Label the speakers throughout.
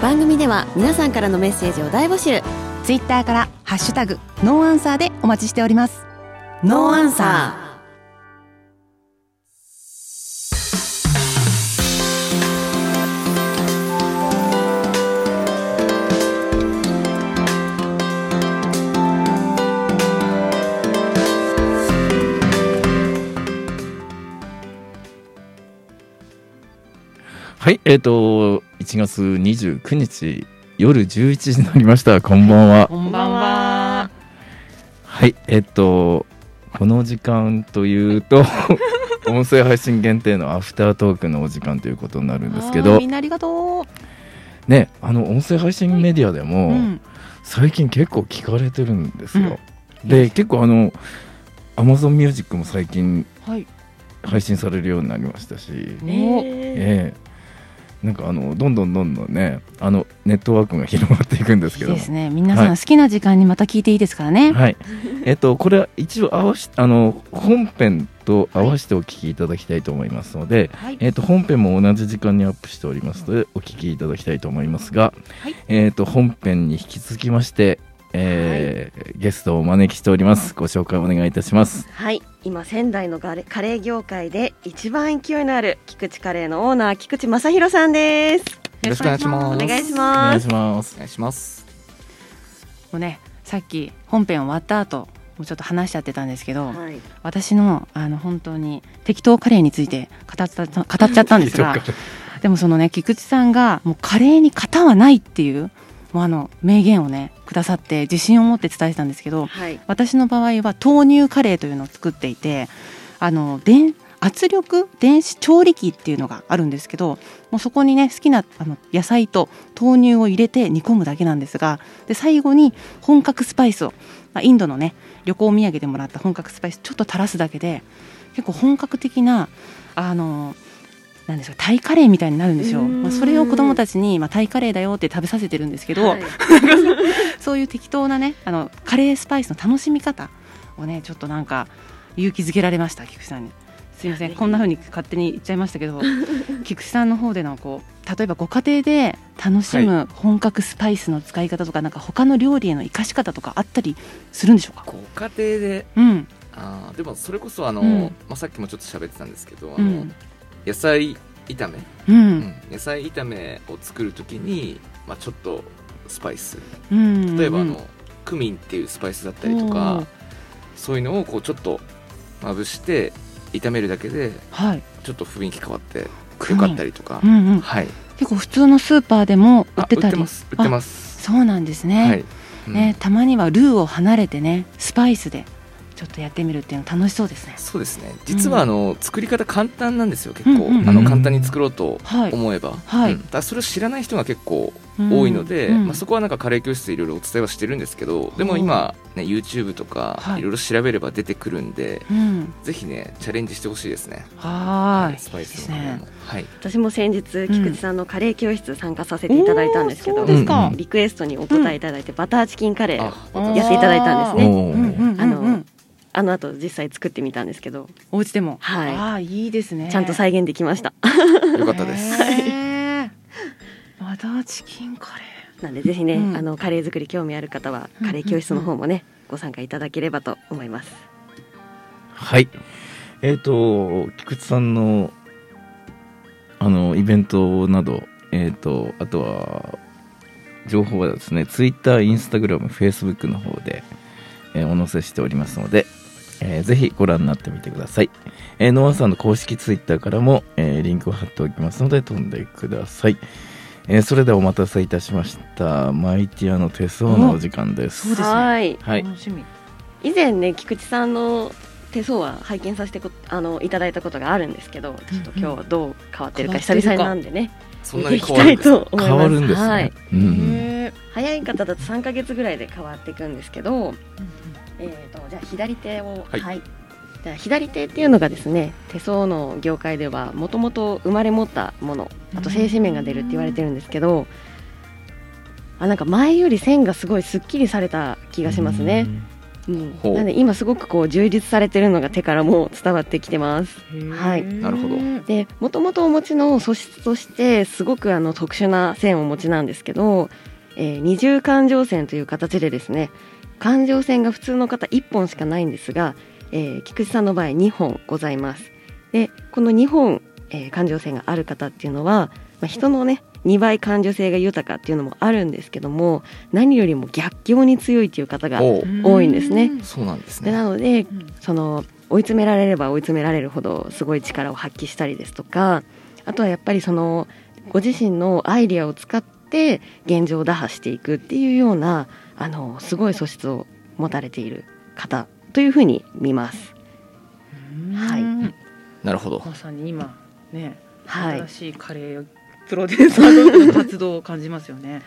Speaker 1: 番組では皆さんからのメッセージを大募集
Speaker 2: ツイッターからハッシュタグノーアンサーでお待ちしております
Speaker 1: ノーアンサ
Speaker 3: はい、えっ、と、1月29日夜11時になりました。こんばんは。
Speaker 2: こん
Speaker 1: ばんは
Speaker 3: はい、えっ、と、この時間という と、音声配信限定のアフタートークのお時間ということになるんですけど
Speaker 2: みん、なありがと
Speaker 3: ね、あの、音声配信メディアで
Speaker 2: う、
Speaker 3: も、
Speaker 2: うん、
Speaker 3: 最近結構聞かれてるんですよ。で、結構あの、Amazon Music も最近
Speaker 2: はい
Speaker 3: 配信されるようになりましたし、
Speaker 1: ー
Speaker 2: お
Speaker 3: ええなんかあのどんどんどんどんねあのネットワークが広まっていくんです
Speaker 2: い
Speaker 3: け
Speaker 2: い
Speaker 3: ども
Speaker 2: ですね皆さん
Speaker 3: は
Speaker 2: 好きな時間にまた聞いていいですからね、
Speaker 3: はいえっとこれは一応合わしあの本編と合わせてお聞きいただきたいと思いますので、
Speaker 2: はい
Speaker 3: えっと本編も同じ時間にアップしておりますのでお聞きいただきたいと思いますが、
Speaker 2: はい
Speaker 3: えっと本編に引き続きまして、えーゲストをお招きしておりますご紹介お願いいたします
Speaker 1: はい今仙台のガレカレー業界で一番勢いのある菊池カレーのオーナー菊池正弘さんです
Speaker 4: よろしくお願いします。
Speaker 1: お願いし
Speaker 3: お
Speaker 1: ま
Speaker 3: 願い
Speaker 1: す
Speaker 3: します
Speaker 4: お願いします。
Speaker 2: もうねさっき本編終わった後もうちょっと話しちゃってたんですけど、
Speaker 1: はい、
Speaker 2: 私のあの本当に適当カレーについて語った語っちゃったん ですがでもそのね菊池さんがもうカレーに型はないっていうもうあの名言をねくださって自信を持って伝えてたんですけど
Speaker 1: はい、
Speaker 2: 私の場合は豆乳カレーというのを作っていてあの電圧力電子調理器っていうのがあるんですけどもうそこにね好きなあの野菜と豆乳を入れて煮込むだけなんですがで最後に本格スパイスを、まあ、インドのね旅行お土産でもらった本格スパイスちょっと垂らすだけで結構本格的なあのなんでしょうタイカレーみたいになるんですよ、
Speaker 1: うーん
Speaker 2: まあ、それを子供たちに、まあ、タイカレーだよって食べさせてるんですけど、
Speaker 1: はい
Speaker 2: そういう適当なねあのカレースパイスの楽しみ方をねちょっとなんか勇気づけられました菊池さんにすいませ
Speaker 1: いや
Speaker 2: んこんな風に勝手に言っちゃいましたけ ど菊池さんの方でのこう例えばご家庭で楽しむ本格スパイスの使い方とか、なんか他の料理への生かし方とかあったりするんでしょうか
Speaker 4: ご家庭で、
Speaker 2: うん、
Speaker 4: あーでもそれこそあの、
Speaker 2: うん
Speaker 4: まあさっきもちょっと喋ってたんですけど、あの
Speaker 2: うん
Speaker 4: 野菜炒め、
Speaker 2: う
Speaker 4: うんん野菜炒めを作るときに、まあちょっとスパイス、
Speaker 2: うん、
Speaker 4: 例えばあの、クミンっていうスパイスだったりとか、そういうのをこうちょっとまぶして炒めるだけで
Speaker 2: はい、
Speaker 4: ちょっと雰囲気変わって
Speaker 2: ク
Speaker 4: 良
Speaker 2: ミン
Speaker 4: かったりとか
Speaker 2: う、んうん、
Speaker 4: はい。
Speaker 2: 結構普通のスーパーでも売
Speaker 4: あ
Speaker 2: ってたり
Speaker 4: ます売ってます。
Speaker 2: そうなんですね、
Speaker 4: はい。うん
Speaker 2: ね、たまにはルーを離れてねスパイスでちょっとやってみるっていうの楽しそうですね
Speaker 4: そうですね実はあの、作り方簡単なんですよ結構、
Speaker 2: うんうん
Speaker 4: あの簡単に作ろうと
Speaker 2: はい
Speaker 4: 思えば、
Speaker 2: はい
Speaker 4: うんただそれを知らない人が結構多いので、
Speaker 2: うんうん
Speaker 4: まあ、そこはなんかカレー教室いろいろお伝えはしてるんですけどでも今、ね、YouTube とか
Speaker 2: はい
Speaker 4: いろいろ調べれば出てくるんで、
Speaker 2: うん
Speaker 4: ぜひねチャレンジしてほしいですね
Speaker 2: はーい
Speaker 4: スパイス
Speaker 2: い
Speaker 4: の
Speaker 2: い
Speaker 4: カ
Speaker 2: で
Speaker 4: レー
Speaker 2: す
Speaker 4: もはい
Speaker 1: 私も先日菊池さんのカレー教室参加させていただいたんですけ
Speaker 2: お
Speaker 1: ど、
Speaker 2: ーそうですか、
Speaker 4: うん
Speaker 1: リクエストにお答えいただいて、バターチキンカレーを
Speaker 4: あ
Speaker 2: うん
Speaker 4: 私
Speaker 1: やっていただいたんですね
Speaker 3: おー
Speaker 2: うんうんうんうん
Speaker 1: あのあの後実際作ってみたんですけど、
Speaker 2: お家でも
Speaker 1: はい
Speaker 2: ああいいですね
Speaker 1: ちゃんと再現できました
Speaker 4: よかったです、
Speaker 2: へーまだチキンカレ
Speaker 1: なんでぜひね、
Speaker 2: うん
Speaker 1: あのカレー作り興味ある方は
Speaker 2: うん
Speaker 1: カレー教室の方もね、ご参加いただければと思います
Speaker 3: はい。えっ、と、菊池さんの、あの、イベントなど、えっ、と、あとは、情報はですね、ツイッター、インスタグラム、フェイスブックの方で、えーお載せしておりますので、えーぜひご覧になってみてください。えーノアさんの公式ツイッターからも、えーリンクを貼っておきますので、飛んでください。えーそれではお待たせいたしました。マイティアの手相のお時間です。
Speaker 2: そうですね
Speaker 1: はい
Speaker 3: は
Speaker 2: ー
Speaker 3: い。
Speaker 2: 楽しみ
Speaker 1: 以前ね菊池さんの手相は拝見させてこあのいただいたことがあるんですけどちょっと今日はどう変わってるか
Speaker 2: 変わってる
Speaker 1: 久
Speaker 2: か
Speaker 1: 々なんでね
Speaker 4: そん
Speaker 1: 見
Speaker 4: な
Speaker 1: て
Speaker 4: に
Speaker 1: いき
Speaker 4: 変わ
Speaker 1: た
Speaker 4: る
Speaker 1: い
Speaker 4: んです
Speaker 1: と思います
Speaker 3: 変わるんですね。
Speaker 1: はい、
Speaker 3: うんうん。
Speaker 2: へ
Speaker 1: 早い方だと3ヶ月ぐらいで変わっていくんですけど、えー、とじゃあ左手をは、
Speaker 4: はいい
Speaker 1: じゃあ左手っていうのがですね手相の業界ではもともと生まれ持ったものあと精神面が出るって言われてるんですけどあなんか前より線がすごいすっきりされた気がしますねうん
Speaker 4: ほう
Speaker 1: なんで今すごくこう充実されてるのが手からも伝わってきてますはい
Speaker 4: なるほど
Speaker 1: でもともとお持ちの素質としてすごくあの特殊な線をお持ちなんですけど、えー二重環状線という形でですね環状線が普通の方1本しかないんですが、えー菊池さんの場合2本ございますでこの2本、えー環状線がある方っていうのは、まあ、人のね2倍感受性が豊かっていうのもあるんですけども何よりも逆境に強いっていう方が
Speaker 4: おう
Speaker 1: 多いんですね
Speaker 4: そうなんです
Speaker 1: で
Speaker 4: ね
Speaker 1: なので
Speaker 2: うん
Speaker 1: その追い詰められれば追い詰められるほどすごい力を発揮したりですとかあとはやっぱりそのご自身のアイディアを使って現状を打破していくっていうようなあのすごい素質を持たれている方というふうに見ます。はい
Speaker 2: うん
Speaker 4: なるほど
Speaker 5: まさに今ね、
Speaker 1: はい
Speaker 5: 新、しいカレープロデューサーの活動を感じますよね。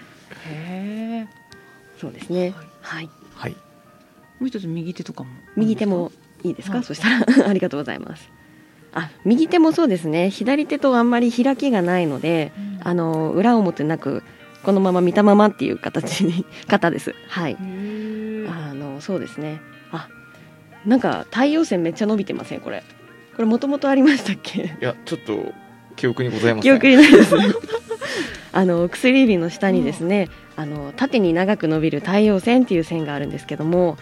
Speaker 5: へえ。
Speaker 1: そうですね。はい、
Speaker 4: はい
Speaker 2: もう一つ右手とかも
Speaker 1: 右手もいいですか、
Speaker 5: はい
Speaker 1: そしたら ありがとうございます。あ、右手もそうですね。左手とあんまり開きがないので、あの裏表なくこのまま見たままっていう形に方です。はい。あのそうですね。あ、なんか太陽線めっちゃ伸びてませんこれ。これもともとありましたっけ？
Speaker 4: いやちょっと記憶にございま
Speaker 1: 記
Speaker 4: せん
Speaker 1: 憶にないです。 あの薬指の下にですね、あの縦に長く伸びる太陽線っていう線があるんですけども、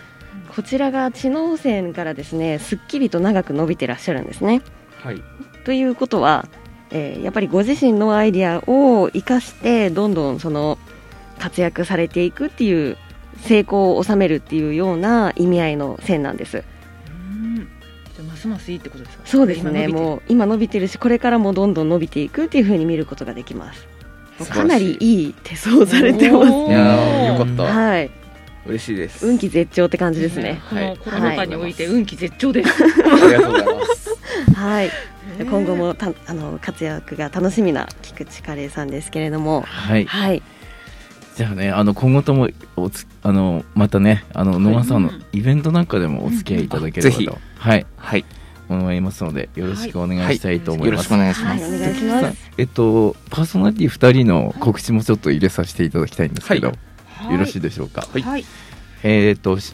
Speaker 1: こちらが知能線からですね、すっきりと長く伸びてらっしゃるんですね。
Speaker 4: はい
Speaker 1: ということは、えーやっぱりご自身のアイディアを生かしてどんどんその活躍されていくっていう成功を収めるっていうような意味合いの線なんです
Speaker 5: うんじゃあますますいいってことですか。
Speaker 1: そうですね
Speaker 5: 今伸びてる
Speaker 1: もう今伸びてるしこれからもどんどん伸びていくっていうふうに見ることができます
Speaker 4: 素晴らしい
Speaker 1: かなりいい手相をされてます
Speaker 5: おー
Speaker 4: いやーよかった、
Speaker 1: はい
Speaker 4: 嬉しいです
Speaker 1: 運気絶頂って感じですね
Speaker 5: こ
Speaker 4: は
Speaker 5: の
Speaker 4: い
Speaker 5: コロナ禍において
Speaker 4: はい
Speaker 5: 運気絶頂です。
Speaker 4: ありがとうございます
Speaker 1: はい 今後もたあの活躍が楽しみな菊池カレーさんですけれども
Speaker 3: はい。
Speaker 1: はい
Speaker 3: じゃあね、あの、今後とも、おつ、あの、またね、あの、野間さんのイベントなんかでもお付き合いいただければ
Speaker 4: うんうん
Speaker 3: と。はい。
Speaker 4: はい
Speaker 3: 思いますので、よろしくお願いしたいと思い
Speaker 4: よろ
Speaker 3: ま
Speaker 4: し
Speaker 3: す
Speaker 4: くお。願いし
Speaker 1: は
Speaker 4: ま
Speaker 1: い
Speaker 4: す、
Speaker 1: お願いします
Speaker 3: えっと、パーソナリティ2人の告知もちょっと入れさせていただきたいんですけど、
Speaker 4: は
Speaker 3: よろし
Speaker 5: い
Speaker 3: いでしょうか。
Speaker 4: はい
Speaker 5: はい。
Speaker 3: えーっと、し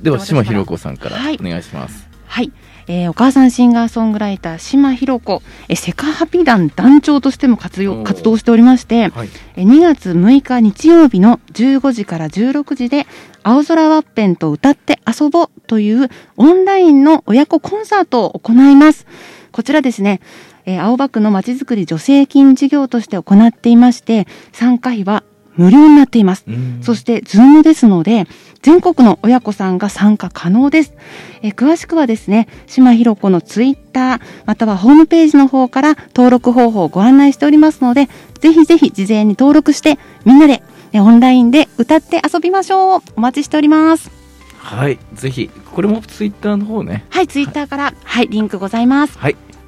Speaker 3: では、
Speaker 5: じゃあ私
Speaker 3: 島
Speaker 5: から
Speaker 3: ひろ子さんから
Speaker 2: はい
Speaker 3: お願いします。、
Speaker 2: はい、えーお母さんシンガーソングライター島ひろ子、えーセカハピ団団長としても活
Speaker 4: お
Speaker 2: 用
Speaker 4: ー
Speaker 2: 活動しておりまして、
Speaker 4: はい
Speaker 2: えー2月6日日曜日の15時から16時で青空ワッペンと歌って遊ぼうというオンラインの親子コンサートを行います。こちらですね、えー青葉区のまちづくり助成金事業として行っていまして、参加費は無料になっています。そしてて、ズームですので、全国の親子さんが参加可能です。えー詳しくはですね、島ひろ子のツイッター、またはホームページの方から登録方法をご案内しておりますので、ぜひぜひ事前に登録して、みんなで、えーオンラインで歌って遊びましょう。お待ちしております。
Speaker 3: はい、ぜひ、これもツイッターの方ね、
Speaker 2: はい、ツイッターから、はい、リンクございます。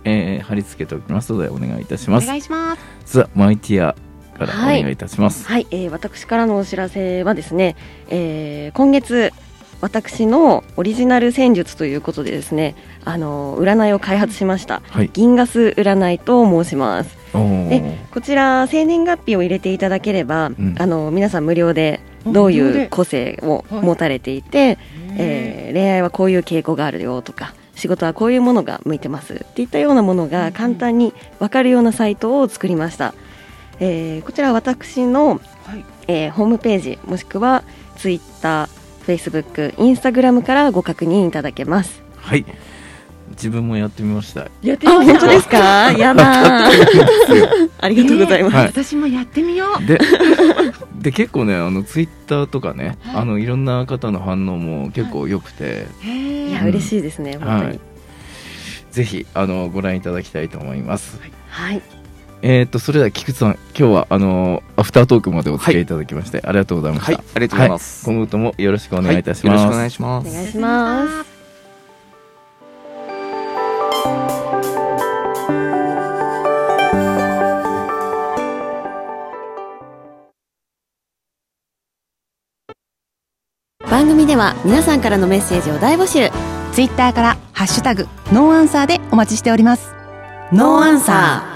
Speaker 3: えー貼り付けておきますので、お願いいたし
Speaker 2: お
Speaker 3: ます。
Speaker 2: 願いします。
Speaker 3: ザ・マイティアからお願いいたします。
Speaker 1: はい、えー私からのお知らせはですね、えー今月私のオリジナル戦術ということでですね、あのー占いを開発しました。
Speaker 3: はい。
Speaker 1: 銀ガス占いと申します。
Speaker 3: おー
Speaker 1: こちら生年月日を入れていただければ、
Speaker 3: ん
Speaker 1: あのー皆さん無料で
Speaker 5: あ
Speaker 1: どうい
Speaker 5: 無料
Speaker 1: う
Speaker 5: で
Speaker 1: 個性を
Speaker 5: はい
Speaker 1: 持たれていて、えー恋愛はこういう傾向があるよとか。仕事はこういうものが向いてますっていったようなものが簡単に分かるようなサイトを作りました、えーこちらは私の
Speaker 5: はい。
Speaker 1: えーホームページもしくはツイッター、フェイスブック、インスタグラムからご確認いただけます。
Speaker 3: はい。自分もやってみました。
Speaker 5: やって
Speaker 1: あ、
Speaker 5: みま
Speaker 1: 本
Speaker 5: しょ
Speaker 1: 当
Speaker 5: う
Speaker 1: です か？やだー。 ありがとうございます。
Speaker 3: はい
Speaker 2: 私もやってみよう。
Speaker 3: でで結構ねあのツイッターとかね、
Speaker 2: はい
Speaker 3: あのいろんな方の反応も結構良くて、
Speaker 1: い
Speaker 2: へ
Speaker 1: や嬉しいですね、本当に。
Speaker 3: ぜひあのご覧いただきたいと思います、
Speaker 1: はい、
Speaker 3: えーっとそれでは菊池さん今日はあのアフタートークまでお付き合いいただきまして、ありがとうございました、
Speaker 4: はいありがとうございます、
Speaker 3: 今後ともよろしくお
Speaker 4: お
Speaker 3: 願いいたします、
Speaker 4: よろしくお願いしま
Speaker 1: お
Speaker 4: す
Speaker 1: 願いします。番組では皆さんからのメッセージを大募集。
Speaker 2: ツイッターから、ハッシュタグ、ノーアンサーでお待ちしております。
Speaker 1: ノーアンサー。